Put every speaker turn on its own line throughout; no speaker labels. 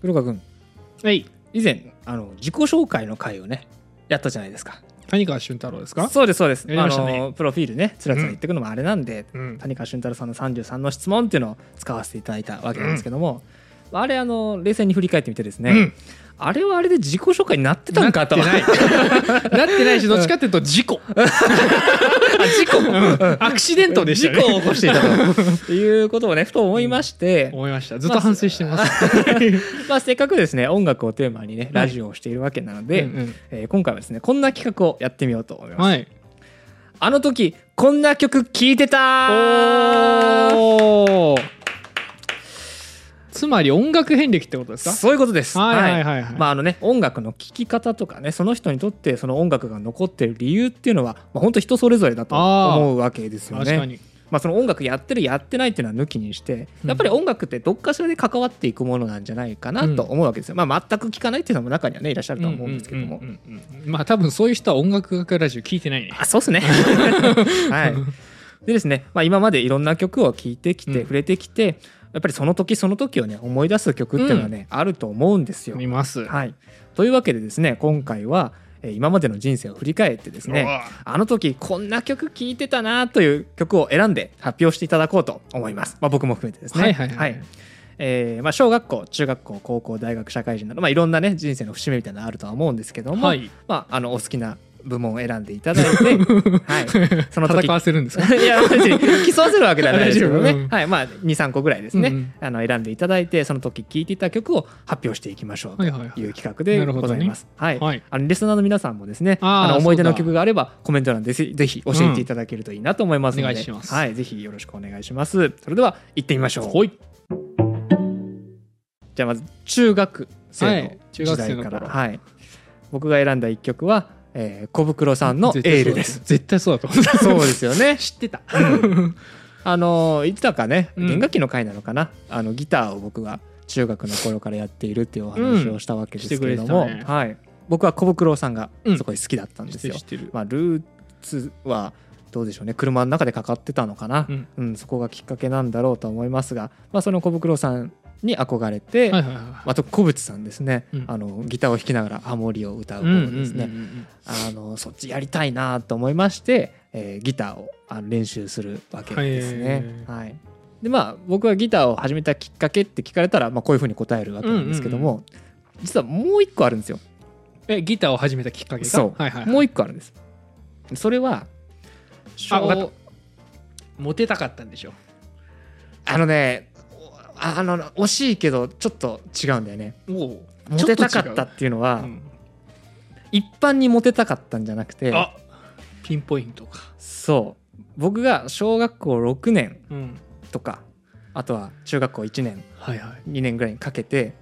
黒川君
はい
以前あの自己紹介の回をねやったじゃないですか
谷川俊太郎ですか
そうですそうです、
やり
あ
ましたね
のプロフィールねつらつら言ってくのもあれなんで、
うん
谷川俊太郎さんの33の質問っていうのを使わせていただいたわけなんですけども、あれあの冷静に振り返ってみてですね、
うん
あれはあれで自己紹介になってたんかと
なってないなってないしどっちかっていうと事故事故、うんアクシデントでしたね
事故を起こしていたということをねふと思いまして、
思いましたずっと反省してます、
まあ、せっかくですね音楽をテーマにねラジオをしているわけなので、
うんうん
えー今回はですねこんな企画をやってみようと思います。
はい
あの時こんな曲聴いてた
おーつまり音楽遍歴ってことですか
そういうことです。
はいはいはいはい
まああのね音楽の聴き方とかねその人にとってその音楽が残ってる理由っていうのは、まあ、本当人それぞれだと
あー
思うわけですよ
確か
ね。
に
まあその音楽やってるやってないっていうのは抜きにしてやっぱり音楽ってどっかしらで関わっていくものなんじゃないかなと思うわけですよ。まあ全く聴かないっていうのも中にはねいらっしゃるとは思うんですけども。
うんうんうんうんまあ多分そういう人は音楽学ラジオ聞いてないね
あそうですね。 はい。でですね、まあ、今までいろんな曲を聴いてきて、
うん
触れてきてやっぱりその時その時をね思い出す曲っていうのはね、あると思うんですよ。
見ます、
はい、というわけでですね今回は、えー今までの人生を振り返ってです
う
ね
わ
あの時こんな曲聴いてたなという曲を選んで発表していただこうと思います。まあ、僕も含めてですね。
はいはいはい
えーまあ、小学校中学校高校大学社会人など、まあ、いろんなね人生の節目みたいなのあるとは思うんですけども、
はい
まあ、あのお好きな部門を選んでいただ いて、 はい、その時
戦わせるんですか
いや別に競わせるわけではないですけどね、
大丈夫うん
はいまあ、23個ぐらいですね、
うんうん
あの選んでいただいてその時聴いていた曲を発表していきましょうと
はいいうはいはい
企画で
なるほ
ご
どね
ざいます。はい
はい
あのリスナーの皆さんもですね
あー
あの思い出
そ
の
うだ
曲があればコメント欄でぜぜひ教えていただけるといいなと思いますので、
うんお願いします
はい、ぜひよろしくお願いします。それでは行ってみましょう。
ほい
じゃあまず中学生
は
の
い中
時
学生の
代から、
頃
はい僕が選んだ一曲は、えー小袋さんの「エール」です。
絶対そうだと思う
そうですよね。
知ってた
あのいつだかね
うん
弦楽器の回なのかな、あのギターを僕が中学の頃からやっているっていうお話をしたわけですけれども、
うんしてくれてた
はい、僕は小袋さんが
うん
すごい好きだったんで
知っ
す
て
よ
る知っ。てる
まあ、ルーツはどうでしょうね車の中でかかってたのかな、
う
うんんそこがきっかけなんだろうと思いますが、まあ、その小袋さんに憧れて、
はいはいはいはい
あと小渕さんですね、
うん
あのギターを弾きながらハモリを歌う
うん
方ですね、
うんうんうん
あのそっちやりたいなと思いまして、えーギターをあの練習するわけですね。はいでまあ僕がギターを始めたきっかけって聞かれたら、まあ、こういうふうに答えるわけなんですけども、実はもう一個あるんですよ。
えギターを始めたきっかけか
そう
はいはい はい
もう一個あるんです。それは
あわか
小
っモテたかったんでしょ
あのねおああの惜しいけどちょっと違うんだよね。
おお
モテたかったっていうのは、一般にモテたかったんじゃなくて
あピンポイントか
そう僕が小学校6年
うん
とかあとは中学校1年
はいはい
2年ぐらいにかけて、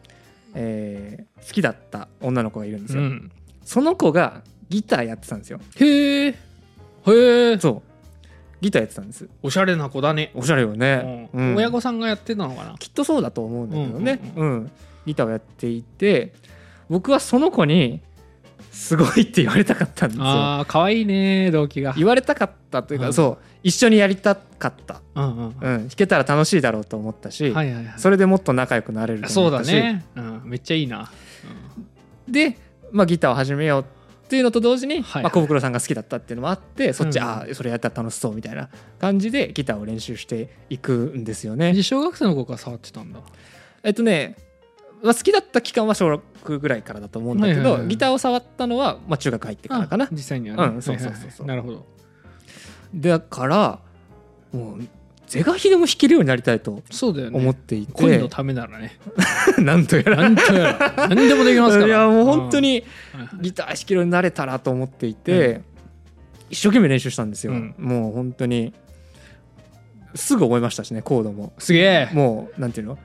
えー好きだった女の子がいるんです
う
よ、
ん
その子がギターやってたんですよ
へえへえ
そうギターやってたんです
おしゃれな子だね
おしゃれよね、
う
うんん
親御さんがやってたのかな
きっとそうだと思うんだけどね、
う
うんギターをやっていて僕はその子にすごいって言われたかったんですよ
あーかわいいね動機が
言われたかったというか、
うん
そう一緒にやりたかった、
うんう
う
ん
ん、弾けたら楽しいだろうと思ったし、
はいはいはい
それでもっと仲良くなれると
そ
思っ
うだ
たし
ねうんめっちゃいいな
で、まあ、ギターを始めようっていうのと同時に、
はい
まあ、小袋さんが好きだったっていうのもあってそっち、
うん
ああそれやったら楽しそうみたいな感じでギターを練習していくんですよ
うん
ね。
で小学生の子から触ってたんだ
えっとねまあ、好きだった期間は小6ぐらいからだと思うんだけど、
はいはいはい
ギターを触ったのは、まあ、中学入ってからかな
あ実際にはね
うんそうそう
はいはいはい
そうそう
なるほど
だからもう是が非でも弾けるようになりたいと
そうだよ
思っ
ね
ていて、
恋のためならね
なんとやら
なんとやら何でもできますから
いやもう本当に
うんはいはい
ギター弾けるようになれたらと思っていて、一生懸命練習したんですよ、
うん
もう本当にすぐ覚えましたしねコードも
すげえ
もうなんていうの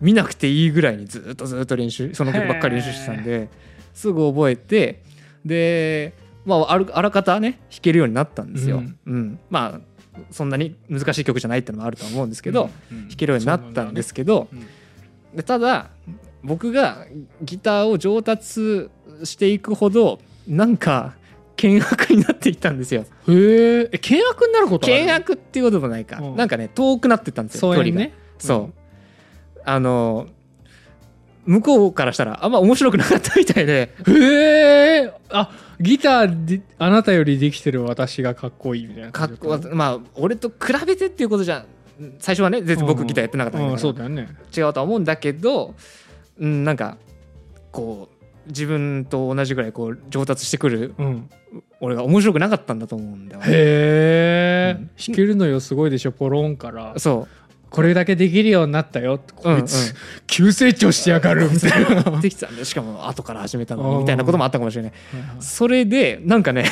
見なくていいぐらいにずっとずっと練習その曲ばっかり練習してたんですぐ覚えてで、まあ、あるあらかたね弾けるようになったんですよ、
う
うんんまあそんなに難しい曲じゃないってのもあるとは思うんですけど、
うんうん
弾けるようになったんですけど、
そうなんだよね
でただ僕がギターを上達していくほどなんか険悪になっていったんですよ
へええ険悪になることある
険悪っていうこともないか、
うん
なんかね遠くなってったんですよ
そうやり
距離が
ね
そう、あの向こうからしたらあんま面白くなかったみたいで
へえあギターであなたよりできてる私がかっこいいみたいな
か
感
っ
じ
こ
だっ
まあ俺と比べてっていうことじゃん最初はね全然
う
僕
ん
ギターやってなかったた
の
んだ
うん
けど
そうだよね
違うとは思うんだけど、うん、なんかこう自分と同じぐらいこう上達してくる
うん
俺が面白くなかったんだと思うんだよね、
へえ、
うん
弾けるのよすごいでしょポロンから
そ
これだけできるようになったよこいつ、
うんうん
急成長してやがるみたいな
うできてたんでしかも後から始めたの
あ
に
ー
みたいなこともあったかもしれない それでなんかね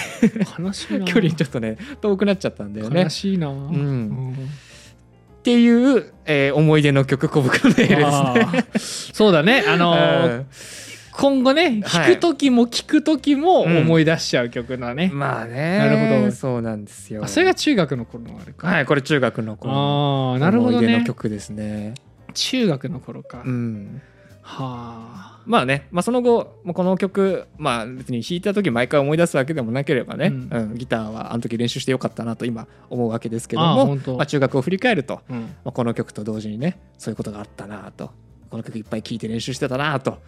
悲しいな
距離ちょっとね遠くなっちゃったんだよね
悲しいな、うん
んっていう、えー思い出の曲「小袋のエール」ですね。
あーそうだねあのー今後ね
は
弾
い
く時も聴く時も
うん
思い出しちゃう曲だね
う、んまあね
なるほど
そうなんですよ
あそれが中学の頃のあれか、
はいこれ中学の頃の
ああなるほ
思
ど
い出
ね
の曲ですね。
中学の頃か、
うん
はあ
まあね、まあ、その後、まあ、この曲、まあ、別に弾いた時毎回思い出すわけでもなければね、
う
うんんギターはあの時練習してよかったなと今思うわけですけど
ああ
も
本当、
まあ、中学を振り返ると、
うん
まあ、この曲と同時にねそういうことがあったなとこの曲いっぱい聴いて練習してたなと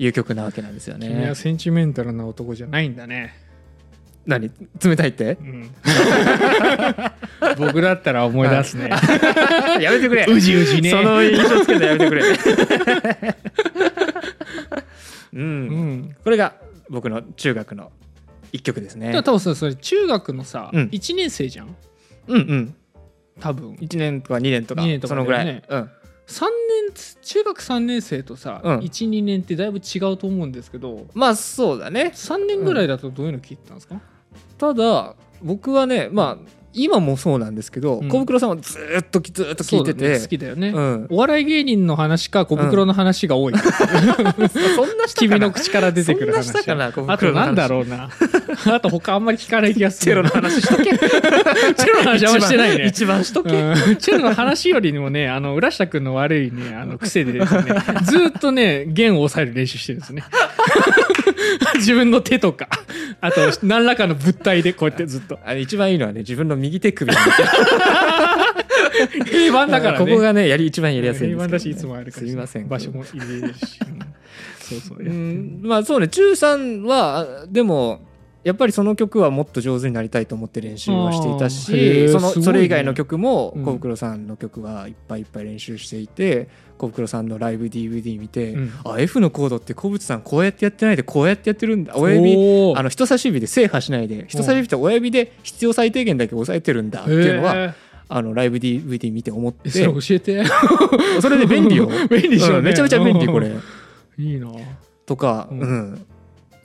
いう曲なわけなんですよ
君
ね
は。センチメンタルな男じゃないんだね、
何冷たいって
うん、僕だったら思い出すね、
やめてくれ
うじうじね
その印象つけるのやめてくれ。 う、
うんん、
これが僕の中学の一曲ですね
でも。多分さそれ中学のさ、
うん
一1年生じゃん
うんうん。
多分
一年とか二年とか
二年とか
そ
だ
の
よ
ぐ
ね
らい。うん。
3年中学3年生とさ、
うん
12年ってだいぶ違うと思うんですけど
まあそうだね。
3年ぐらいだとどういうの聞いてたんですか、
ただ僕はね、まあ今もそうなんですけど、
うん
小袋さんはずーっとずーっと聞いて
そうだ
て、
ね好きだよね、
うん。
お笑い芸人の話か小袋の話 が多い、
そんな下かな
君の口から出てくる話
そんなしたかな小
あと
袋の話
なんだろうなあと他あんまり聞かない気がす
チェロ
る
の話しと け。
チェロの話あんましてないね
一番一番しとけ。
うんチェロの話よりもね、あの、浦下くんの悪いね、あの、癖でですね、ずーっとね、弦を抑える練習してるんですね。 自分の手とか、あと、何らかの物体でこうやってずっと。
あの一番いいのはね自分の右手首なんですよ
平板だからね。
ここがねやり一番やりやすいんですけどね
平板だし、いつもあるから、
すみません
場所も入れるし。うんそうそう、
う
やって
んまあそうね中3はあでもやっぱりその曲はもっと上手になりたいと思って練習はしていた
あーへー
しその
すごいね
それ以外の曲も
うん
小袋さんの曲はいっぱいいっぱい練習していて、小袋さんのライブ DVD 見て、
うん
あ F のコードって小渕さんこうやってやってないでこうやってやってるんだ親指
おー
あの人差し指で制覇しないで人差し指と親指で必要最低限だけ抑えてるんだっていうのは、
へー
あのライブ DVD 見て思って
えそれ教えて。
それで便利よ
便利でしょうね
うんめちゃめちゃ便利これ。
いいな
とか、
う
うんん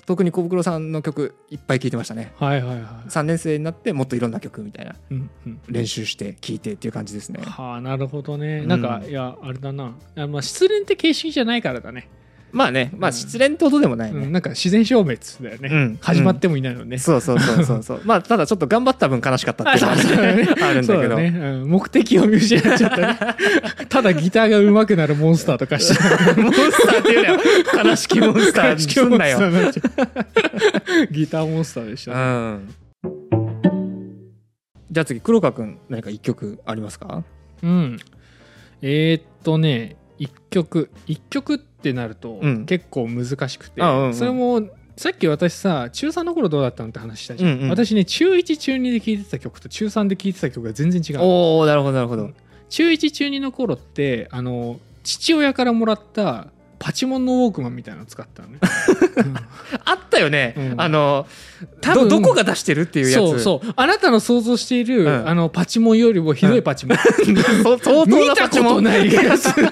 特に小袋さんの曲いっぱい聴いてましたね
はいはいは。
3年生になってもっといろんな曲みたいない
うんうん
練習して聴いてっていう感じですね
はあなるほど
う
ね
ん
なんか、いやあれだなあ、まあ、失恋って形式じゃないからだね、
まあねまあ
うん
失恋ってことでもない
うん
ね、
なんか自然消滅だよね、
うん
始まってもいないのね、
そうそうそうそうそうまあただちょっと頑張った分悲しかったっていう感じで あるんだ
そう
けど
だね、うん目的を見失っちゃったね ただギターが上手くなるモンスターとかして
モンスターっていうよりは悲しきモンスターにすんなよ、
になっちゃう ギターモンスターでし
う
たね、
ん、じゃあ次黒川君何か一曲ありますか
うんえー、っとね一曲一曲ってなると
うん
結構難しくて、
あうんうん
それもさっき私さ中3の頃どうだったのって話したじゃん、
うんうん
私ね中1中2で聴いてた曲と中3で聴いてた曲が全然違う
おおなるほどなるほど
中1中2の頃ってあの父親からもらったパチモンのウォークマンみたいなの使ったのね、うん
あったよね、
うん
あの
多
ど
分
どこが出してるって いうやつ
そうそうあなたの想像している、
うん
あのパチモンよりもひどいパチモン、
そ 相
見
当な
た
パ
こ
チモ
と
ン
ないや つだ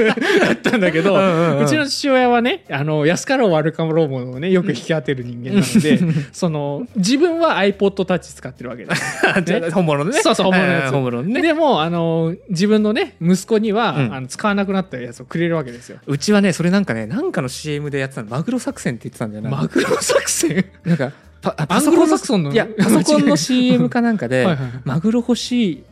ったんだけど、
うんうん
うちの父親はね、あの、安かろう悪かろうものをね、よく引き当てる人間なので、その、自分は iPod Touch 使ってるわけです。ね
本物のね
そうそう本物のやつ
えー本物のね
でも、あの、自分のね、息子には、
うん
あの使わなくなったやつをくれるわけですよ。
うちはねそれなんかねなんかの CM でやってたのマグロ作戦って言ってたんだよな
マグロ作戦
なんかパあ
アングロサクソンの
いやパソコン
間違い
の CM かなんかで
はいはい
マグロ欲しい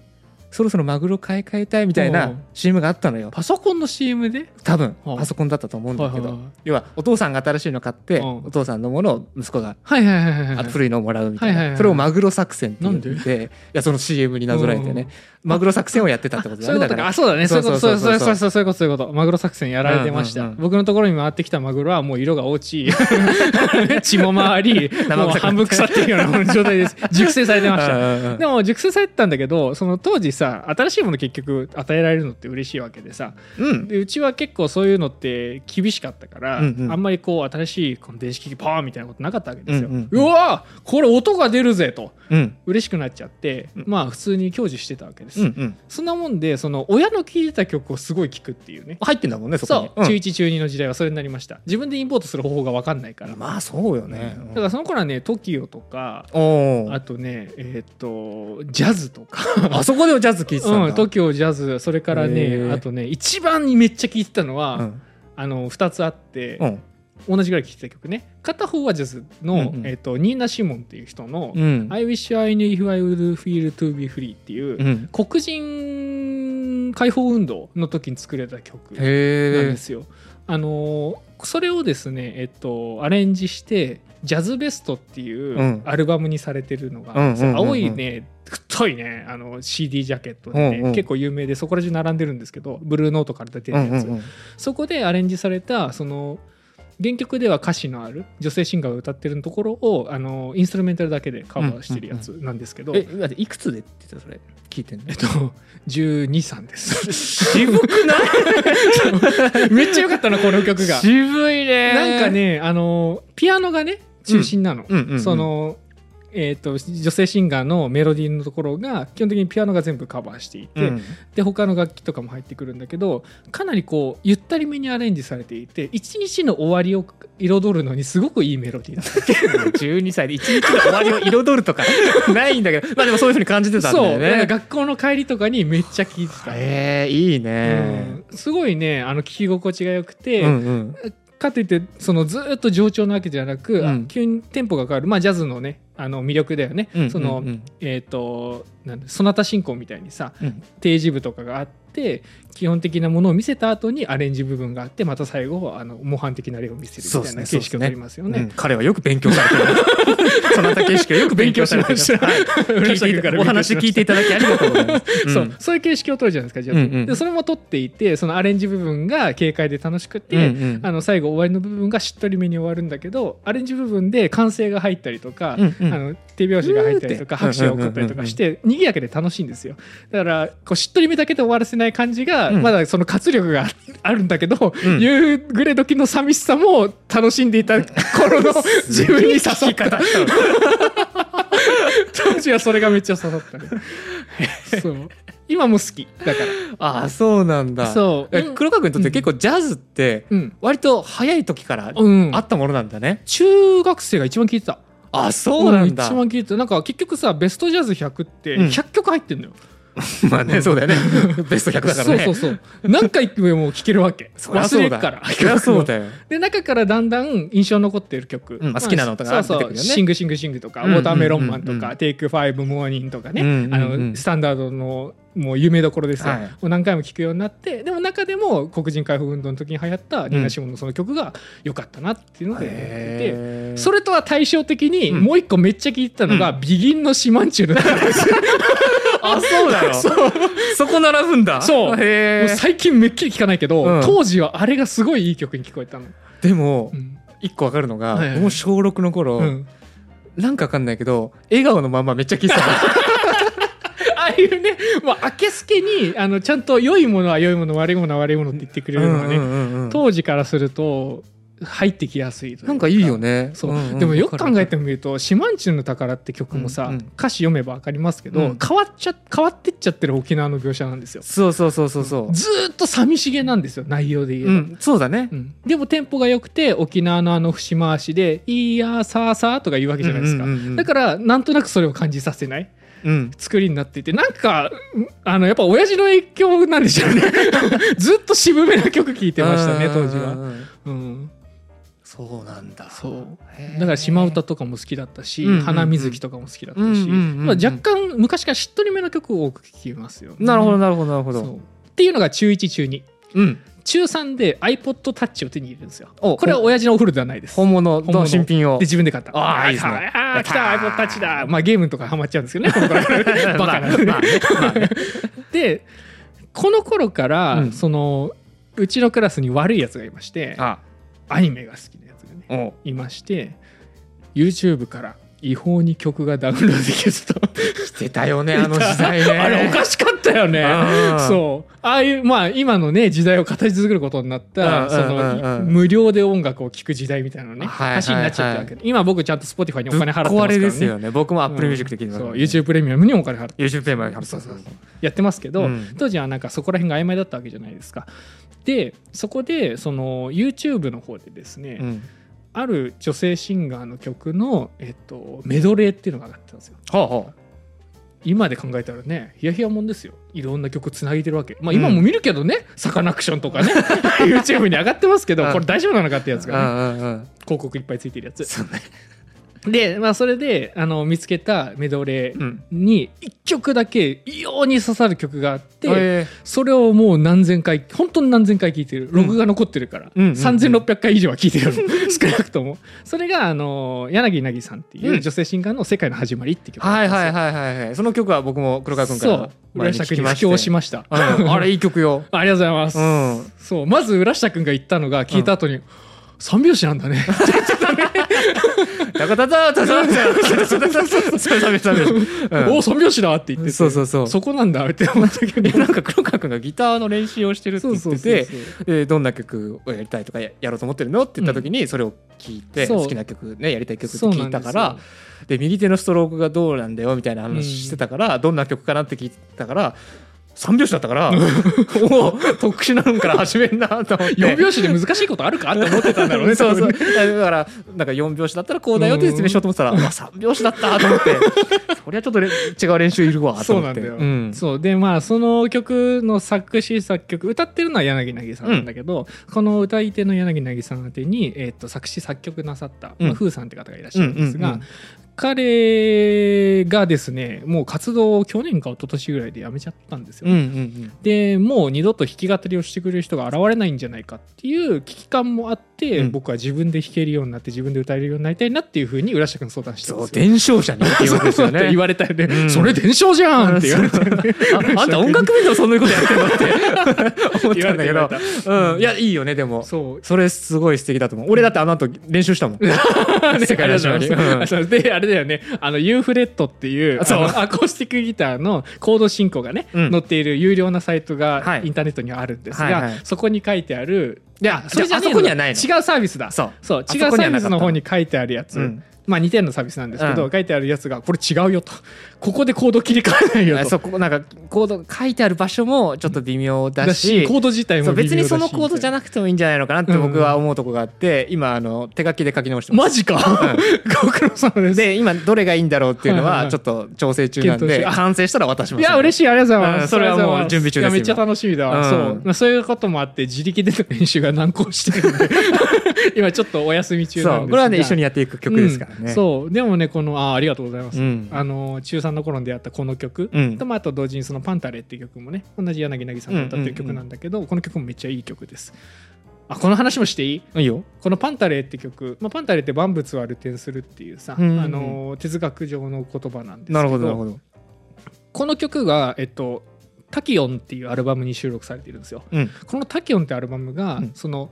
そろそろマグロ買い替えたいみたいな CM があったのよ
パソコンの CM で
多分
はあ
パソコンだったと思うんだけ
はい
ど
はいはい
要はお父さんが新しいの買って
うん
お父さんのものを息子が
はいはいはいはい
あ
はい
古いのをもらうみたい
はいはいは
ないそれをマグロ作戦って言っ
なん
ていやその CM になぞらえてねマグロ作戦をやってたってこと
そ
だ
うい
ね
う
だ
こと
か
か。
ら
あ、そうだね。そういうこ
そ
と、そうう
そうそう
そうそうそういうこと、そういうこと。マグロ作戦やられてま
うん
した
うんう。ん
僕のところに回ってきたマグロはもう色が落ち、血も回り、もう半分腐ってるような状態です。熟成されてまし
う
た。
んうんうん
でも熟成されてたんだけど、その当時さ、新しいもの結局与えられるのって嬉しいわけでさ、
うん
でうちは結構そういうのって厳しかったから、
うんうん
あんまりこう新しいこの電子機器パーンみたいなことなかったわけですよ。
う
うん
うん
わーこれ音が出るぜと
うん
嬉しくなっちゃって、
うん
まあ普通に享受してたわけです。
うんうん
そんなもんでその親の聴いてた曲をすごい聴くっていうね。
入ってんだもんねそこ
そ
に
う、中1中2の時代はそれになりました。自分でインポートする方法が分かんないから。
うんまあそうよね
だからその頃はね TOKIO とか
おお
あとねえーっとジャズとか。
あそこでもジャズ聴いてたんだ
うん、TOKIO ジャズそれから
へ
ね
ー
あとね一番にめっちゃ聴いてたのは、
うん
あの2つあって、
うん
同じぐらい聴いてた曲ね片方はジャズの、
うんうん
えー、とニーナ・シモンっていう人の「
うん
I wish I knew if I would feel to be free」っていう、
うん
黒人解放運動の時に作れた曲なん
へ
で
え
すよ。あのーそれをですね、えっと、アレンジして「ジャズベスト」っていう
うん
アルバムにされてるのが、
うんうんうんうん
青いね太いねあの CD ジャケットで、ね
うんうん
結構有名でそこら中並んでるんですけどブルーノートから出て
う
るやつ、
んうんうん
そこでアレンジされたその原曲では歌詞のある女性シンガーが歌ってるところをあのインストルメンタルだけでカバーしてるやつなんですけど、
え待っていくつでって言ってたそれ聞いてんの
えっと12歳です。
渋くない
めっちゃ良かったなこの曲が。
渋いね
なんかねあのピアノがね中心なの。
うんうんうん
そのえっと女性シンガーのメロディーのところが基本的にピアノが全部カバーしていて、
うん
で他の楽器とかも入ってくるんだけどかなりこうゆったりめにアレンジされていて一日の終わりを彩るのにすごくいいメロディーだった
12歳で一日の終わりを彩るとか ないんだけどまあでもそういうふうに感じてたんだ
そう、だから
よね
学校の帰りとかにめっちゃ聴いてた、
へえいいね
うん、すごいねあの聞き心地が良くて、
うんうん
かといってそのずーっと上調なわけじゃなく、
うん
急にテンポが変わるまあジャズのねあの魅力だよね、
うん
その、
うんうん
えっ、となんだソナタ進行みたいにさ
うん
定時部とかがあって基本的なものを見せた後にアレンジ部分があってまた最後あの模範的な例を見せるみたいな
そう
形
ですね
式を取りますよ
う
ね
ん。彼はよく勉強されてる そのたけしはよく勉強されてる
勉強しま した
はい聞いていた
裏社会か ら
お話聞いていただきありがとうございますん
そうそういう形式を取るじゃないですかジャズ、
うんうん
でそれも取っていてそのアレンジ部分が軽快で楽しくて、
うんうん
あの最後終わりの部分がしっとりめに終わるんだけどアレンジ部分で歓声が入ったりとか、
うんうん
あの手拍子が入ったりとか
うーって
拍手が起こったりとかして賑やかで楽しいんですよだからこうしっとりめだけで終わらせない感じが、
うん
まだその活力があるんだけど、
ん
夕暮れ時の寂しさも楽しんでいた 頃の自分に刺さ
聞
っ
き方
た当時はそれがめっちゃ刺さっ たねそう今も好きだか
ああそうなんだ
らそう
え黒川君にとって結構ジャズって
うん、
割と早い時から
うん、
あったものなんだね
中学生が一番聞いてた
あそうなん
一
だ
番聞いてたなんか結局さベストジャズ100って
うん
100曲入ってんのよ、
まあねそうだよ ねベスト100だからね
そうそうそう何回もも聴けるわけ
そりゃそう
忘れ
だ
るから
そりゃそうだよ
で中からだんだん印象に残ってる曲、
うんまあ好きなのとかが
そう
出て
そ
く
う
るよね
シングシングシングとか、
うんうんうんうん
ウォーターメロンマンとか、テイクファイブモーニングとかね、
うんうんうん
あのスタンダードのもう有名どころですよ、
はい
もう何回も聴くようになってでも中でも黒人解放運動の時に流行ったニーナ・シモンのその曲が良かったなっていうので思ってて、
へー
それとは対照的に、
うん
もう一個めっちゃ聞いてたのが、ビギンのシマンチュール だったんですよ
あそうだよ
そ
そうこ並ぶんだ
そうも
へ
う
ー
最近めっきり聞かないけど、
うん
当時はあれがすごいいい曲に聞こえたの。
でも
うん
一個わかるのが
はいはい
僕も小6の頃
うん
なんかわかんないけど笑顔のまんまめっちゃ聞いてたの
ああいうね、もう明けすけにあのちゃんと良いものは良いもの悪いものは悪いものって言ってくれるのがね、
うんうんうんうん
当時からすると入ってきやすいとう
なんかいいよね
そう、
んん
でもよく考え
わかる
てみると「シマンチュの宝」って曲もさ、
うんうん
歌詞読めば分かりますけど、
うん
変わっちゃ変わってっちゃってる沖縄の描写なんですよ。
そうそうそうそうそう
ずーっと寂しげなんですよ内容で言えば。
うんそうだね
うんでもテンポが良くて沖縄のあの節回しで「いやーさーさー」とか言うわけじゃないですか、
うんうんうんうん
だからなんとなくそれを感じさせない
うん
作りになっていてなんかうんあのやっぱ親父の影響なんでしょ うねずっと渋めな曲聴いてましたね当時
うん
は、
うんうん
うん、
そそうなんだ
そう
へー
だから島唄とかも好きだったし、
うんうんうん
花水木とかも好きだったし、
うんうんうんうん
まあ、若干昔からしっとりめの曲を多く聴きますよね、
なるほどなるほどなるほ
そう
ど
っていうのが中1中2
うん
中3で iPodTouch を手に入れるんですよ
お
これは親父のお古ではないです
本物
本物
の新品を
で自分で買った
あーいいですね
あー来た
やったー
iPodTouch だまあゲームとかハマっちゃうんですけ どねこの頃からバカなんで
まあまあねまあね
でこの頃から、
うん
そのうちのクラスに悪いやつがいまして
あ
アニメが好きなやつがね
お
いまして YouTube から違法に曲がダウンロードできると
してたよねあの時代ね
あれおかしかったよね
うん
そうああいうまあ今のね時代を形作ることになった
うん
そ
うんうん
の
うん
無料で音楽を聴く時代みたいなのね
はいはいはい
橋になっちゃったわけで今僕ちゃんと Spotify にお金払ってますからね
ぶっ壊れですよね僕も Apple Music で聞いてます
そ
から
う
ね
YouTube プレミアムにお金払って
YouTube ペーマー
そうそうそうやってますけど、
うん
当時はなんかそこら辺が曖昧だったわけじゃないですかでそこでその YouTube の方でですね、
うん
ある女性シンガーの曲の、えっと、メドレーっていうのが上がってたんですよ
はあは
今で考えたらねヒヤヒヤもんですよいろんな曲つなげてるわけまあ今も見るけどね、サカナクションとかね YouTube に上がってますけど
うん
これ大丈夫なのかってやつ
あ
が、ね、
うんうんうん
広告いっぱいついてるやつ
そうね
で、まあ、それであの見つけたメドレー
うん
に1曲だけ異様に刺さる曲があって、
えー
それをもう何千回本当に何千回聞いてる録画残ってるから、
うんうんうん
3600回以上は聞い てる少なくともそれがあの柳凪さんっていううん女性シンガーの「世界の始まり」って曲
はいはい
は
はいはいはいその曲は僕も黒川君か
そ
ら
う浦下
聞
君
き
に
ま
布
して
教しました、
うんあれいい曲よ
ありがとうございます、
うん
そうまず浦下君が言ったのが聞いた後に、三拍子なんだね
ダカダダダダダダダダダ
おお三拍子だって言ってて
そうそうそう
そこなんだって思ったけど
なんか黒川君がギターの練習をしてるって
そう
言っ
そう
て
そう
て
そう
でどんな曲をやりたいとかややろうと思ってるのって言った時にそれを聞いて、
そう
好きな曲ねやりたい曲って
そうな
聞
ん
い
で
た
すよ
からで右手のストロークがどうなんだよみたいな話してたから、どんな曲かなって聞いたから三拍子だった からおお特殊なのから始めんなと思って。
四拍子で難しいことあるかって思ってたんだろうね
そうそう
多分ね
だからなんか4拍子だったらこうだよって説明しようと思ってたら、うわ3拍子だったと思ってそりゃちょっとれ違う練習いるわと
そう
思
な
っ
ん
て
だよ、
ん
そうでまあその曲の作詞作曲歌ってるのは柳凪さんなんだけど、この歌い手の柳凪さん宛てに、えー、と作詞作曲なさった、
うん
まあ、風さんって方がいらっしゃるんですが、
うんうんうん
彼がですねもう活動を去年か一昨年ぐらいでやめちゃったんですよ、
うんうん
でもう二度と弾き語りをしてくれる人が現れないんじゃないかっていう危機感もあって、
うん
僕は自分で弾けるようになって自分で歌えるようになりたいなっていうふうに浦下君に相談してたん
そう
ですよ。
伝承者にっていうことですよ
そうそうって
ね
言われたよね、
うん
それ伝承じゃんって言われたよね
ああんた音楽面でもそんなことやってるのって思っ
言わ
たん
れ
だ
た
け
言わ
ど
れた
うんいやいいよねでも
そう。
それすごい素敵だと思う俺だってあの後練習したもん世界の始まりうん
そうで、あれだよね。あの、ユーフレットっていう、
あそう
あのアコースティックギターのコード進行がね、
うん
載っている有料なサイト
は
が
い
インターネットにはあるんですが、
はいはい
そこに書いてある、
いや
れじゃ
あ
ねえの
そこにはないの
違うサービスだ。
そう
そう、
あそ
違う
こ
サ
にはなかった
ービスの方に書いてあるやつ。
うん
まあ、2点のサービスなんですけど、
うん
書いてあるやつが、これ違うよと。ここでコード切り替えないよ
あ
と。
そこなんかコード書いてある場所もちょっと微妙だ
だし、
し
コード自体
そ
も
う
微妙だし。
別にそのコードじゃなくてもいいんじゃないのかなって僕は
う
思うとこがあって、今あの手書きで書き直してま
マ
す。
ジか、 ご苦労様です。
で今どれがいいんだろうっていうの
はいはいは
はいちょっと調整中なん
検討し
で
てあ
完成したら渡します。
いや、嬉
しい。
しい。ありがとうございま
うん
す。
それはもう
ありがとござい
準備中です
いや、めっちゃ楽しみだ
う
わ。
ん
そう。まあ、そういうこともあって、自力での練習が難航してるんで、 今ちょっとお休み中
そ
なんですが。
うこれはね一緒に
や
やっていく曲ですからね。
そう。でもね、この、あーありがとうございます。
うん
あの、中3の頃に出会ったこの曲。
うん
とまあ、あと同時にその「パンタレ」っていう曲もね同じ柳凪さんが歌ってる曲なんだけど、この曲もめっちゃいい曲ですあこの話もしていい
いいよ。
この「パンタレ」って曲、まあ、パンタレって万物をアルテンするっていうさ、
うんうん
あの哲学上の言葉なんですけど
なるほどなるほど。
この曲が、えっと、タキオンっていうアルバムに収録されているんですよ。
うん
このタキオンってアルバムが、
うん
その、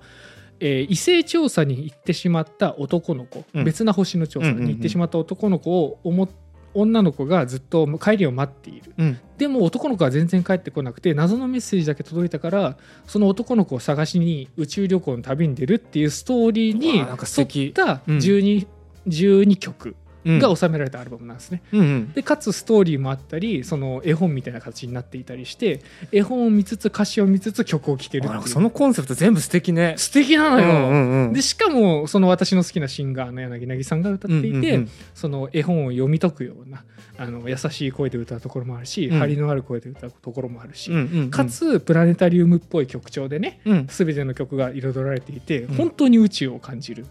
えー異性調査に行ってしまった男の子、
うん
別な星の調査に行ってしまった男の子を思っ女の子がずっと帰りを待っている
うん
でも男の子は全然帰ってこなくて謎のメッセージだけ届いたからその男の子を探しに宇宙旅行の旅に出るっていうストーリーに
うわなんか素
沿っ
敵
た
うん
12,、12曲
うん
が収められたアルバムなんですね。
うんうん
でかつストーリーもあったりその絵本みたいな形になっていたりして絵本を見つつ歌詞を見つつ曲を聴ける
あ
ってい
なん
う
かそのコンセプト全部素敵ね。
素敵な
う
の
ん
よ、
うんうん。
でしかもその私の好きなシンガーの柳凪さんが歌っていて、
うんうんうん
その絵本を読み解くようなあの優しい声で歌うところもあるし、
うん
張りのある声で歌うところもあるし、
うんうんうん
かつプラネタリウムっぽい曲調でね
うん
全ての曲が彩られていて
ん
本当に宇宙を感じる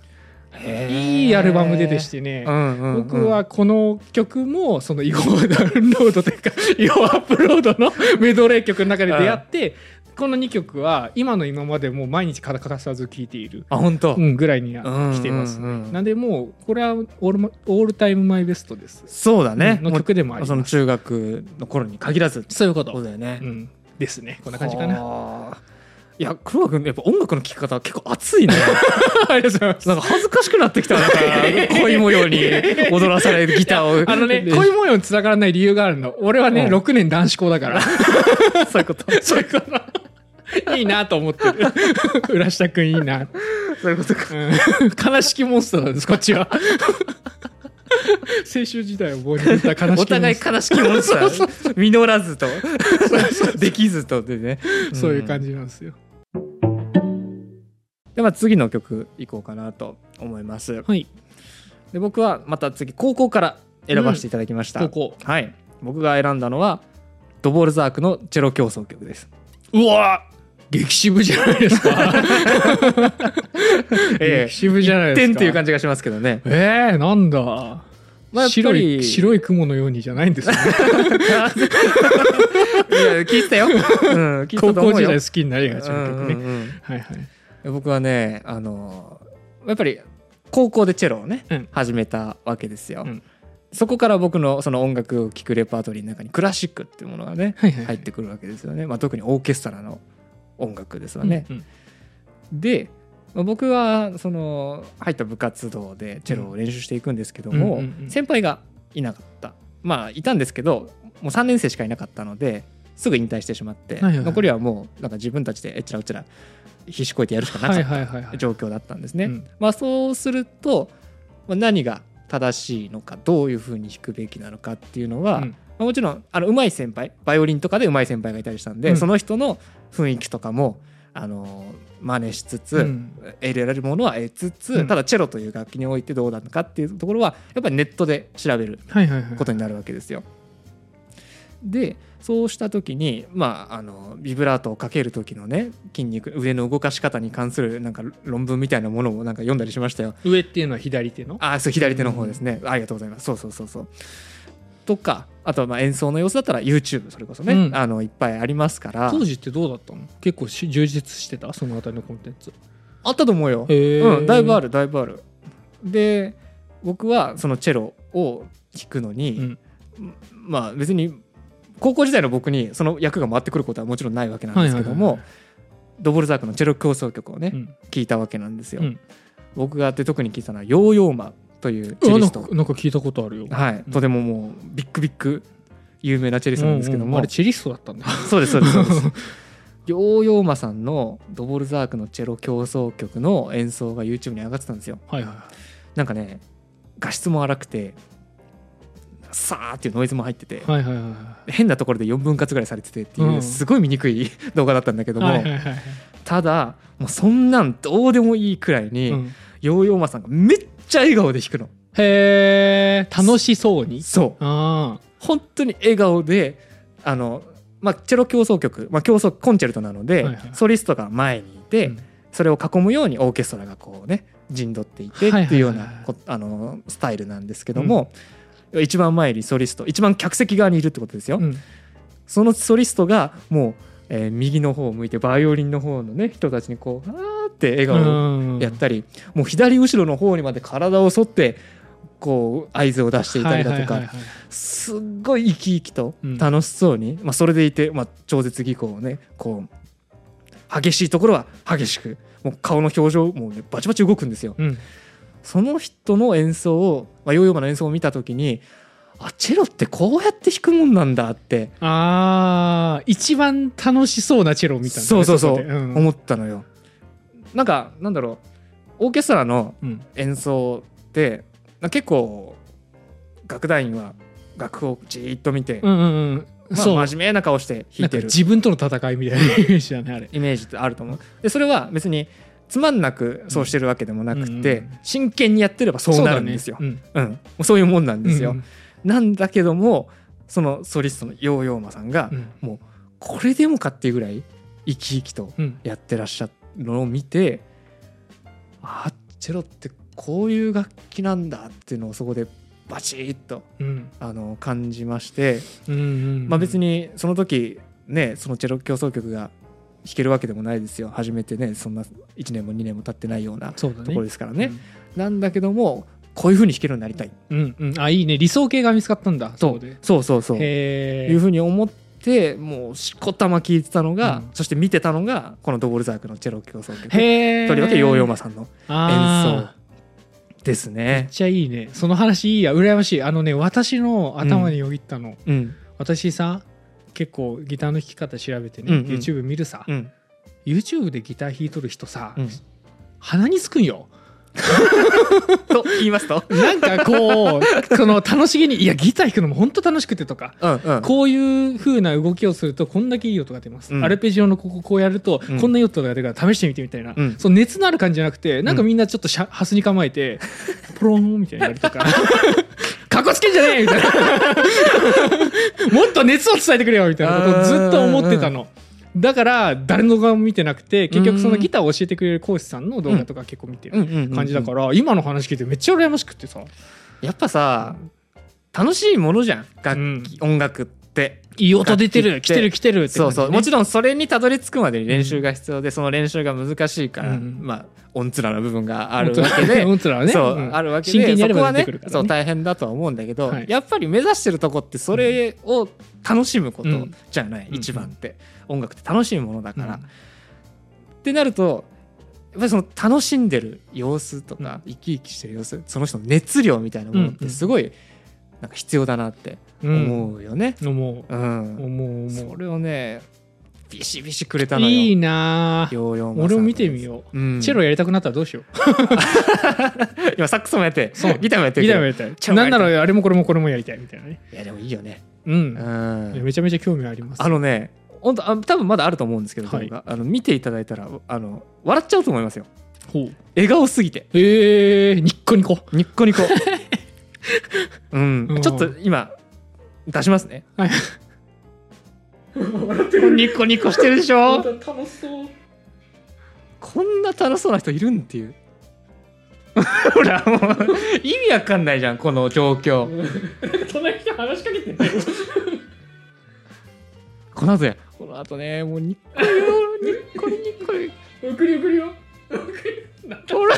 へー
いいアルバム出てしてね、
うんうんうん
僕はこの曲もその違法ダウンロードと いうか違法アップロードのメドレー曲の中で出会って、この2曲は今の今までもう毎日欠かさず聴いている、
あ本当、
うん、ぐらいには来てますね、
うんうんうん
なんでもうこれはオールマオールタイムマイベストです、
そうだね、
うんの
もう
曲でもあり
そ
ま
の
す
中学の頃に限らず
そういうこ
そうだよね、
うん、ですねこんな感じかな
はあいや黒川君やっぱ音楽の聴き方は結構熱 いね
ありがとうございます
なんか恥ずかしくなってきたなんか恋模様に踊らされるギターを
あのね、恋模様につながらない理由があるの。俺はね、
うん
6年男子校 だから。
そういうこと
そういうこと。いいなと思ってる。浦下くんいいな。
そういうことか
うん、悲しきモンスターなんです、こっち は。青春時代を棒に振った悲しきモンスター。
お互い悲しきものさ
そうそう
実らずとできずとでね
そういう感
じ
じなんですよ。
でまあ次の曲いこうかなと思います
はい。
で僕はまた次高校から選ばせていただきました、
ここ。
はい僕が選んだのはドボルザークのチェロ競争曲です
うわ激渋じゃないですか。
え
激渋じゃない
え
ですか。
点という感じがしますけどね
えー、なんだ。
まあやっぱり
白 い白い雲のようにじゃないんですね。
いや聞いてたよ、うん、聞いて
高
たと思
校
うよ
時代好きになりがち
う
な曲
ん
ね。
うんうん
はいはい。
僕はねあのやっぱり高校でチェロをね、
うん
始めたわけですよ、
うん
そこから僕のその音楽を聴くレパートリーの中にクラシックっていうものがね
はいはいはい
入ってくるわけですよね、まあ、特にオーケストラの音楽ですわね、
うん
でまあ僕はその入った部活動でチェロを練習していくんですけど
う
も
んうんうんうん
先輩がいなかったまあいたんですけどもう3年生しかいなかったのですぐ引退してしまって、
はいはいはい
残りはもうなんか自分たちでえっちらうちら必死こいてやるしかなか
は
っ
い
た
はいはいはい。
状況だったんですね。
うん
まあ、そうするとまあ何が正しいのかどういうふうに弾くべきなのかっていうのは、
うん
まあ、もちろんあの上手い先輩バイオリンとかで上手い先輩がいたりしたんで、
うん
その人の雰囲気とかもあの真似しつつ、
うん
得られるものは得つつ、
うん
ただチェロという楽器においてどうなのかっていうところはやっぱりネットで調べる
はいはいはい
こ。とになるわけですよ。でそうした時に、まあ、あのビブラートをかける時のね筋肉腕の動かし方に関するなんか論文みたいなものもなんか読んだりしましたよ。
上っていうのは左手の。
あそう左手の方ですね、ありがとうございますそうそうそうそうとかあとはまあ演奏の様子だったら YouTube それこそね、
うん
あのいっぱいありますから
当時ってどうだったの結構し充実してたそのあたりのコンテンツ。
あったと思うよ、
へー
うん、だいぶあるだいぶあるで僕はそのチェロを弾くのに、
うん
まあ別に高校時代の僕にその役が回ってくることはもちろんないわけなんですけども、
はいはい
ドボルザークのチェロ協奏曲をね、
うん
聞いたわけなんですよ、
うん
僕があって特に聞いたのはヨーヨーマというチェ
あな
リ
ん
ス
か
ト
なんか聞いたことあるよ。
はい、
うん
とてももうビックビック有名なチェリストなんですけど
うんうん
も、
あれチェリストだったんだ。
そうですそうですそうですヨーヨーマさんのドボルザークのチェロ協奏曲の演奏が YouTube に上がってたんですよ
はいはいは
なんかね画質も荒くてさーっていうノイズも入ってて、
い。はいはいはいは
変なところで4分割ぐらいされててっていう、
うん
すごい醜い 動画だったんだけど
い。
も、
はいはいはいはい。
ただもうそんなんどうでもいいくらいに、
うん
ヨーヨーマさんがめっちゃ笑顔で弾くの
へえ楽しそうに。
そう
あ
本当に笑顔であの、まあ、チェロ協奏曲、まあ、協奏コンチェルトなので、
はいはい
ソリストが前にいて、
うん
それを囲むようにオーケストラがこうね陣取っていてって
はいはいはいはい
いうようなこあのスタイルなんですけども、一番前にソリスト一番客席側にいるってことです
あ。
よ。
うん
そのソリストがもう、えー右の方を向いてバイオリンの方のね人たちにこうあーって笑顔を
うん
やったり、もう左後ろの方にまで体を反ってこう合図を出していたりだと
はい
か
はいはいはい
すっごい生き生きと
うん
楽しそうに、まあ、それでいて、まあ、超絶技巧をねこう激しいところは激しくもう顔の表情もねバチバチ動くんですよ。
うん
その人の演奏を、まあ、ヨーヨーマの演奏を見た時にあチェロってこうやって弾くもんなんだって
ああ一番楽しそうなチェロを見たんだね
そうそうそう
こでん
思ったのよ。なんかなんだろうオーケストラの
うん
演奏ってな結構楽団員は楽譜をじーっと見て、
うんうんうん
まあ
そう
真面目な顔して弾
ないんか
てる
自分との戦いみたいなイメージだねあれ。
イメージってあると思うでそれは別につまんなくそうしてるわけでもなくて、
うんうんうん
真剣にやってればそうなるんですよ
そうだね
うんもうそういうもんなん
うん
ですよ、
うん
なんだけどもそのソリストのヨーヨーマさんが、
うん
もうこれでもかっていうぐらい生き生きと
うん
やってらっしゃるのを見てあチェロってこういう楽器なんだっていうのをそこでバチッと
うん
あの感じまして、
うんうん
まあ、別にその時ねそのチェロ協奏曲が弾けるわけでもないですよ初めてねそんな1年も2年も経ってないようなと
そうだね
ころですからね、なんだけどもこういうふうに弾けるようになりたい
うんうんあいいね理想形が見つかったんだ
と
そこで
そうそうそう
へえ
いうふうに思ってもうしこたま聞いてたのが、
うん
そして見てたのがこのドボルザークのチェロ協奏曲
へえ
とりわけヨーヨーマさんの演奏
あ
です
ーめっ
ね。
ちゃいいねその話いいや羨ましいあのね私の頭によぎったの、
うん
私さ結構ギターの弾き方調べてね、
うんうん
YouTube 見るさ、
うん
YouTube でギター弾いとる人さ、
うん
鼻につくんよ
と言いますと、
なんかこう その楽しげにいやギター弾くのも本当楽しくてとか
うんうん、
こういう風な動きをするとこんだけいい音が出ます、
うん
アルペジオのこここうやると
うん
こんないい音が出るから試してみてみたいな、
うん
その熱のある感じじゃなくてなんかみんなちょっとしゃハスに構 えて、ポロンみたいなやるとかかっこつけんじゃねえみたい なもっと熱を伝えてくれよみたいなことをずっと思ってたの。だから誰の顔も見てなくて結局そのギターを教えてくれる講師さんの動画とか結構見て
うん
る
うんうんうん
感じだから今の話聞いてめっちゃ羨ましくってさ
やっぱさ楽しいものじゃん楽器、音楽って。
いい音出て
楽
る
器
来
って
てる来てるって
そうそうもち
ろ
ろんそれにたどり着くまでに練習が必要で、その練習が難しいから、
うんうん
まあ音つらな部分があるわけ で
うんつらはね
そう、
うん
あるわけ
真
で
剣に
そ
やれ
こ
ば
は
出
ね
てくるからね
そう大変だとは思うんだけど、
はい
やっぱり目指してるとこってそれを楽しむこと
うん
じゃない、
うん
一番って、音楽って楽しいものだから、
うん
ってなるとやっぱりその楽しんでる様子とか、生き生きしてる様子その人の熱量みたいなものっ
うんう
て
ん
すごいなんか必要だなって
うん
思うよね。
思
う
うん思う思
そうれをねビシビシくれたのよ。
いいなぁ
ヨーヨーマさんの
俺も見てみよ
う
うんチェロやりたくなったらどうしよう
今サックスもやって
そう
ギターもやってるけ
ギ
ど
ターもや
い
りたい
チェロやり
なん
たい
ならあれもこれもこれもやりたいみたいなね
やでもいいよね。
う
うん
いや
ん、
めちゃめちゃ興味あります
あのね本当あ多分まだあると思うんですけど、
はい
動画あの見ていただいたらあの笑っちゃうと思いますよ
ほう
笑顔すぎて
えーニッコニコ
ニッコニ コうん、
うん
ちょっと今出しますね
はい
ニコニコしてるでし ょ
楽しそう
こんな楽しそうな人いるんっていう ほらもう意味わかんないじゃんこの状況
隣人話しかけて ない
この後ねこの後ねもうニッコニコニッコニ
送り送りよ
コほら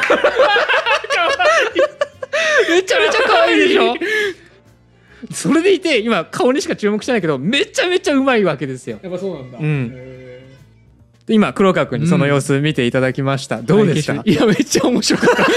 めちゃめちゃ可愛いでしょそれでいて今顔にしか注目してないけどめちゃめちゃうまいわけですよ
やっぱそうなんだ
うんで今黒川君にその様子見ていただきました、どうでした、
いやめっちゃ面白かった面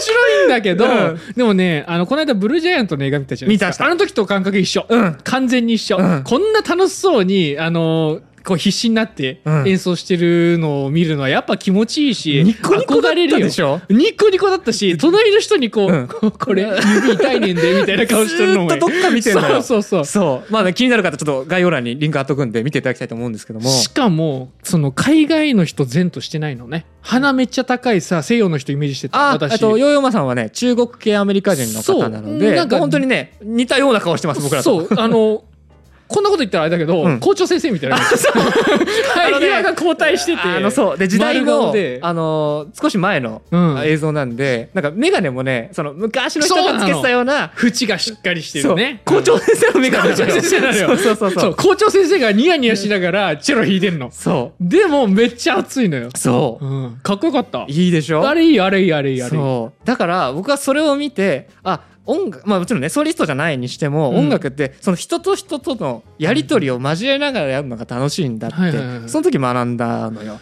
白いんだけど、
うん
でもねあのこの間ブルージャイアントの映画見たじゃないですか
見たした
あの時と感覚一緒、
うん
完全に一緒、
うん
こんな楽しそうにあのこう必死になって
うん
演奏してるのを見るのはやっぱ気持ちいいし、
ニコニコだ
憧
っ
れ
た
るよ
でしょ
ニコニコだったし隣の人にこう、
うん
ここれ指痛いねんでみたいな顔してるのも
ずーっとどっか見てんのよ
そうそうそ
そうまあね気になる方ちょっと概要欄にリンク貼っとくんで見ていただきたいと思うんですけど
う
も
しかもその海外の人善としてないのね鼻めっちゃ高いさ西洋の人イメージしてた
あ、
私
あと、ヨーヨーマさんはね、中国系アメリカ人の方なの
そ
で、
うなんか
本当にね、似たような顔してます、僕らと。
そう、あの、こんなこと言ったらあれだけど、
うん
校長先生みたいな感じ。
あ
は
の
い、
ね
今が交代してて。
あの、そう。で、時代
丸
も
顔で、
あのー、少し前の
うん
映像なんで、なんか、メガネもね、その、昔の人
そうな
が
の
つけてたような、
縁がしっかりして
そ
る
う
ね。
校長先生のメガネ
校長先生なのよ
そうそうそう
うんそ、
そうう。
校長先生がニヤニヤしながらチェロ弾いてんの。
そ
でも、めっちゃ熱いのよ
う。。そう。
うん。かっこよかった。
いいでしょ
あれいい、あれいい、あれいい、あれいい。
そうだから僕はそれを見てあ音楽まあもちろんねソリストじゃないにしても、
うん
音楽ってその人と人とのやり取りを交えながらやるのが楽しいんだって、
はいはいはいはい
その時学んだのよ、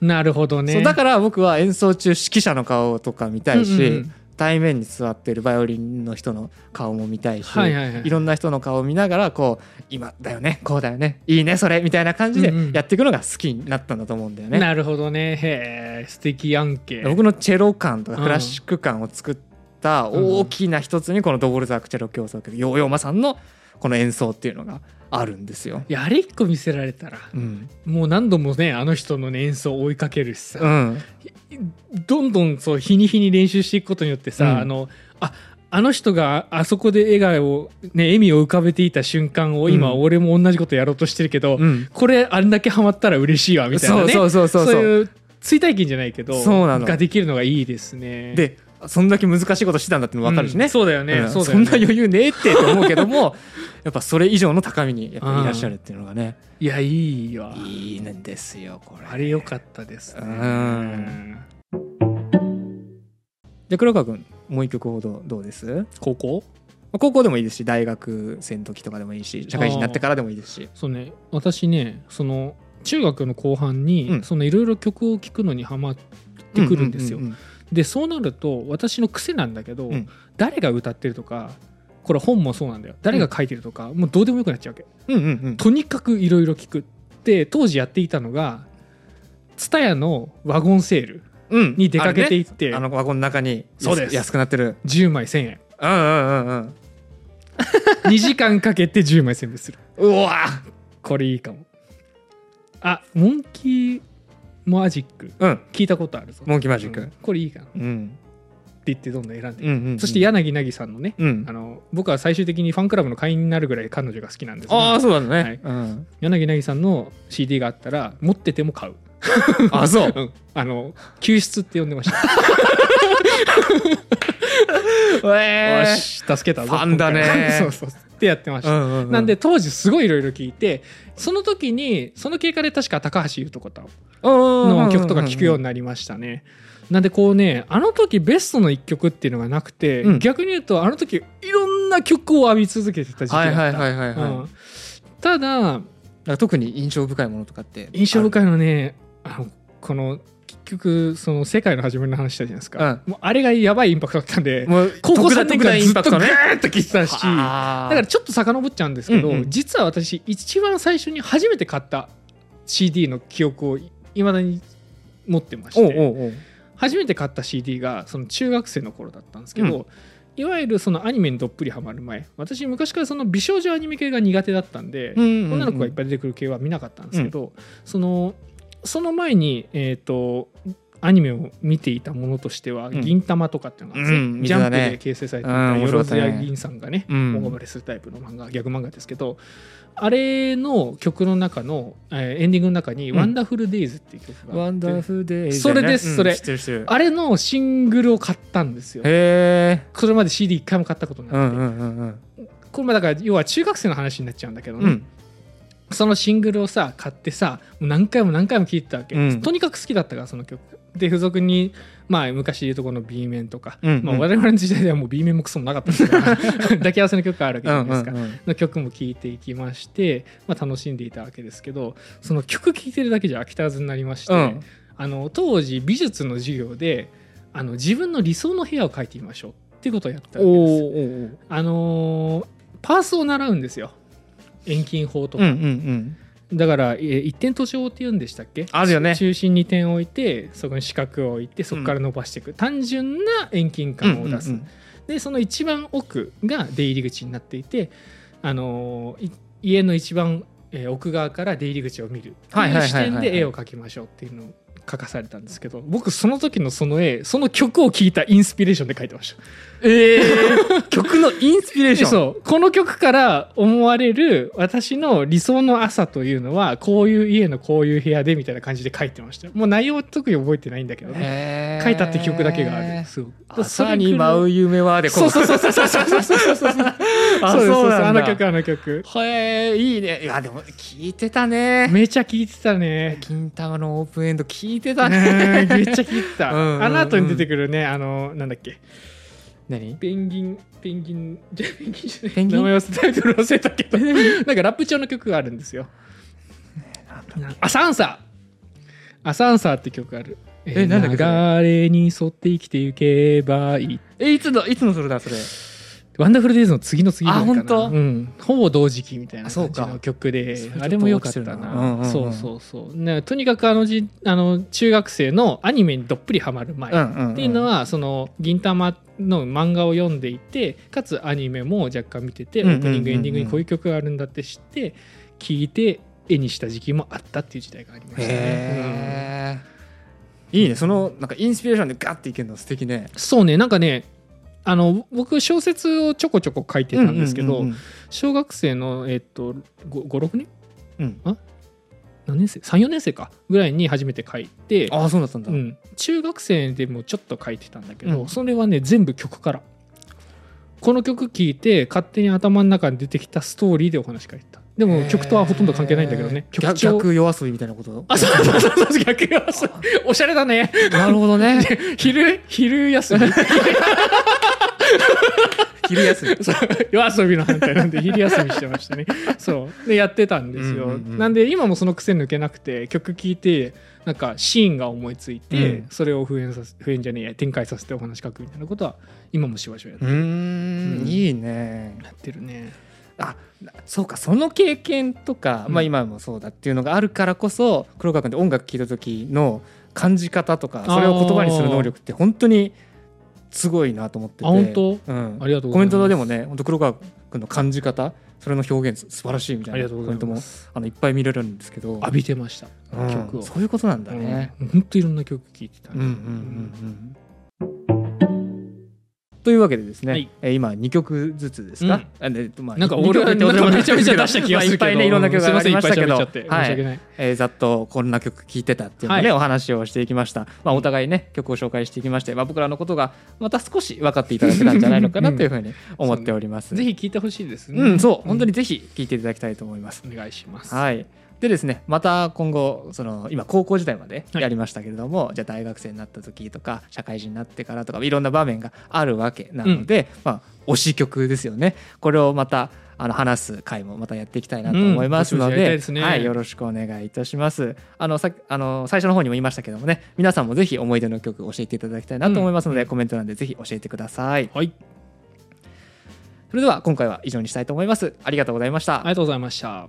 なるほど
そ
ね。
うだから僕は演奏中指揮者の顔とか見たいし、
うんうんうん
対面に座ってるバイオリンの人の顔も見たいし、
はいはいはい
ろんな人の顔を見ながらこう今だよねこうだよねいいねそれみたいな感じで
うんうん
やっていくのが好きになったんだと思うんだよね。
なるほどね。へえ、素敵やんけ。
僕のチェロ感とか
うん
クラシック感を作った大きな一つにこのドボルザークチェロ協奏曲ヨーヨーマさんのこの演奏っていうのがあるんですよ。
いや、あれ一個見せられたら、
うん、
もう何度もね、あの人のね、演奏を追いかけるしさ。
うん、
どんどんそう日に日に練習していくことによってさ、
うん
あのああの人があそこで笑顔を、ね、笑みを浮かべていた瞬間を今
うん
俺も同じことやろうとしてるけど、
うん
これあれだけハマったら嬉しいわみたいなね
そうそうそうそう
そういう追体験じゃないけど
そうなの
ができるのがいいですね。
でそんだけ難しいことしてたんだっての分かるしね、
うんそうだよね,、
うん
そう
そ
だよ
ん
ね
な余裕ねえってと思うけど もやっぱそれ以上の高みにやっぱいらっしゃるっていうのがね
いやいいわ
いいんですよこれ
あれ良かったです、ね。
うんで黒川君もう一曲ほどどうです
高校
高校でもいいですし大学生の時とかでもいいし社会人になってからでもいいですし
そうね私ねその中学の後半に、
うん
そのいろいろ曲を聴くのにハマってくるんですよ。
ううう
でそうなると私の癖なんだけど、
うん
誰が歌ってるとかこれ本もそうなんだよ誰が書いてるとか、もうどうでもよくなっちゃうわけ。
うんうんうん
とにかくいろいろ聞くって当時やっていたのが TSUTAYA のワゴンセール
うん
に出かけていっ
あ,、
て、
あのワゴンの中に安
そうです
安くなってる
10枚1000円
うんうんうんうん
2時間かけて10枚1000円する
うわ
これいいかもあモンキーマジック
うん
聞いたことあるぞ
モンキーマジック、
うんこれいいかなって
うん
言ってどんどん選んでいく、
うんうんうん
そして柳凪さんのね
うん
あの僕は最終的にファンクラブの会員になるぐらい彼女が好きなんですが
ああそうだね、
はい
うん、
柳凪さんの CD があったら持ってても買う
あそう
んあの救出って呼んでました
え
よ
ー
し助けたぞ
ファンだね
今回 そうそうそうってやってまし
う
た、
んうんうん、
なんで当時すごいいろいろ聞いてその時にその経過で確か高橋優斗子とかの
の
曲とか聴くように
な
なりましたね、なんでこうねあの時ベストの一曲っていうのがなくて、
うん
逆に言うとあの時いろんな曲を浴び続けてた時期
はいはい
だった、
はいはいはい、
うんただ
なんか特に印象深いものとかって
印象深
い
いのはねあのこの結局その世界の始まりの話したじゃないですか、もうあれがやばいインパクトだったんで
もう
高校3年
特
ぐら
大
い
イ
ず
ン
っ
パ
と
ク
グ
トね
ーッと聞いてたしだ
あー
からちょっと遡っちゃうんですけど、
うんうん
実は私一番最初に初めて買った CD の記憶をいまだに持ってまして
おうおうおう
初めて買った CD がその中学生の頃だったんですけど、
う
いわゆるそのアニメにどっぷりハマる前私昔からその美少女アニメ系が苦手だったんで、女の子がいっぱい出てくる系は見なかったんですけど、そのその前に、えー、とアニメを見ていたものとしては「
うん
銀玉」とかっていうのがあるんですね、
うん見て
ジ
た
ャ
ね
ンプで形成されてい
うん
た
面白か
よろ
った
ず
ね
や銀さんがね
うん
大暴れするタイプの漫画ギャグ漫画ですけどあれの曲の中の、えーエンディングの中に「
うん
ワンダフル・デイズ」っていう曲があ
ワ
っ
ン
て、
ダフルデイズ
それです
うん
それ
知ってる知ってる
あれのシングルを買ったんですよ。
へえ
それまで CD 一回も買ったことなく
う
て、
んうんうんうん
これまあだから要は中学生の話になっちゃうんだけどね、
うん
そのシングルをさ買ってさもう何回も何回も聴いてたわけ、
うん
とにかく好きだったからその曲で付属にまあ昔で言うとこの B 面とか、
うんうん
まあ、我々の時代ではもう B 面もクソもなかったです から抱き合わせの曲があるわ
う
けじゃ
ん
ないですか、
うんうん
の曲も聴いていきまして、まあ、楽しんでいたわけですけどその曲聴いてるだけじゃ飽き足らずになりまして、
うん
あの当時美術の授業であの自分の理想の部屋を描いてみましょうっていうことをやったわけです
おーおー
あのーパースを習うんですよ遠近法と
うんう
か、
んうん
だからえー一点途上って言うんでしたっけ
あるよね
中心に点を置いてそこに四角を置いてそこから伸ばしていく、単純な遠近感を出す、
うんうん
でその一番奥が出入り口になっていて、あのーい家の一番、えー奥側から出入り口を見るって
はい
い
はいうはい
視
はいはい
点で絵を描きましょうっていうのを描かされたんですけど僕その時のその絵その曲を聴いたインスピレーションで描いてました。
えー 曲のインスピレーション
そうこの曲から思われる私の理想の朝というのはこういう家のこういう部屋でみたいな感じで書いてましたよもう内容は特に覚えてないんだけどね
へー
書いたって記憶だけがあるすごく
朝に舞う夢はで
そうそうそうそうそうそうそうそうそうそう
あ
です
そうなんだ
あの曲あの曲
へえいいねいやでも聞いてたね
めちゃ聴いてたね
金玉のオープンエンド聞いて
う
た
ん
ね
めっちゃ聴いてた
うんうんうん
あの後に出てくるねあのなんだっけ
何
ペンギンペンギンじゃペンギンじゃな
ペ
い
ンギン
名前忘れたタイトル忘れたけ どなんかラップ調の曲があるんですよアサンサーアサンサーって曲がある
えなんだっけそ
流れに沿って生きていけばいい
えいつのいつのそれだそれ
ワンダフルデイズの次の次ぐらいかな
あ本当
うん、ほぼ同時期みたいな
あそう
感
か
じの曲で
それちょっと
あれも良かったな
落ちてるなうんうんうん
そうそうそうねとにかくあのじあの中学生のアニメにどっぷりハマる前、
っ
っていうのはその「銀魂」の漫画を読んでいてかつアニメも若干見ててオ
うんうんうんうん
ープニングエンディングにこういう曲があるんだって知って聴いて絵にした時期もあったっていう時代がありましたね。うん
へえいいねそのなんかインスピレーションでガッていけるの素敵ね
そうねなんかねあの僕小説をちょこちょこ書いてたんですけど、
うんうんうん
小学生のえっと56年
うん
あ何年生34年生かぐらいに初めて書いて、
ああそうだったんだ、
うん、中学生でもちょっと書いてたんだけど、
うん
それはね全部曲からこの曲聴いて勝手に頭の中に出てきたストーリーでお話書いてたでも曲とはほとんど関係ないんだけどね
えー
曲調
逆逆夜遊びみたいなこと
あそうそうそうそう 逆 よそうおしゃれだね
なるほど ね
昼昼休み
昼休み
そう夜遊びの反対なんで昼休みしてましたねそうでやってたんですよ、
うんうんうん
なんで今もその癖抜けなくて曲聴いてなんかシーンが思いついて、
うん
それを復演させ復演じゃねえや展開させてお話書くみたいなことは今もしばしばやっ
うー
うん
んいいね
やってるね
あそうかその経験とか、
うん
まあ、今もそうだっていうのがあるからこそ黒川君って音楽聴いた時の感じ方とかそれを言葉にする能力って本当にすごいなと思ってて
あ本当
うん
ありがとうございます
コメントのでもね本当黒川君の感じ方それの表現素晴らしいみた
あ
い
りが
なコ
とうござ
メ
い
ント
ま
も
す
あのいっぱい見れるんですけど、
浴びてました、
うん
曲を
そういうことなんだね。
うん本当いろんな曲聴いてた
うん
ね
うんうんうんというわけでですね、
はい
えー今2曲ずつですか、
うん
あでまあ
なんか
二
俺
曲っ
はなん
てことでも
か
ない
め
です
ちゃ
けど
めちゃ出した気がするけど、
まあいっぱいねいろんな曲がありましたけど、
すいませんいっぱい喋っちゃって申し訳ない。
えーざっとこんな曲聴いてたっていうのをね、
は
お話をしていきました、まあ、お互いね曲を紹介していきまして、まあ、僕らのことがまた少し分かっていただけたんじゃないのかなというふうに思っております、
ぜひ聴いてほしいですね。
うん、そう本当にぜひ聴いていただきたいと思います、
お願いします。
はいでですねまた今後その今高校時代まで
はい
やりましたけれども、じゃあ大学生になった時とか社会人になってからとかいろんな場面があるわけなので、まあ、推し曲ですよねこれをまたあの話す回もまたやっていきたいなと思いますの
うんぼちぼちやりたい
で,、
ですね
はい、よろしくお願いいたしますあのさあの最初の方にも言いましたけどもね皆さんもぜひ思い出の曲教えていただきたいなと思いますので、コメント欄でぜひ教えてください
はい、
それでは今回は以上にしたいと思いますありがとうございました
ありがとうございました。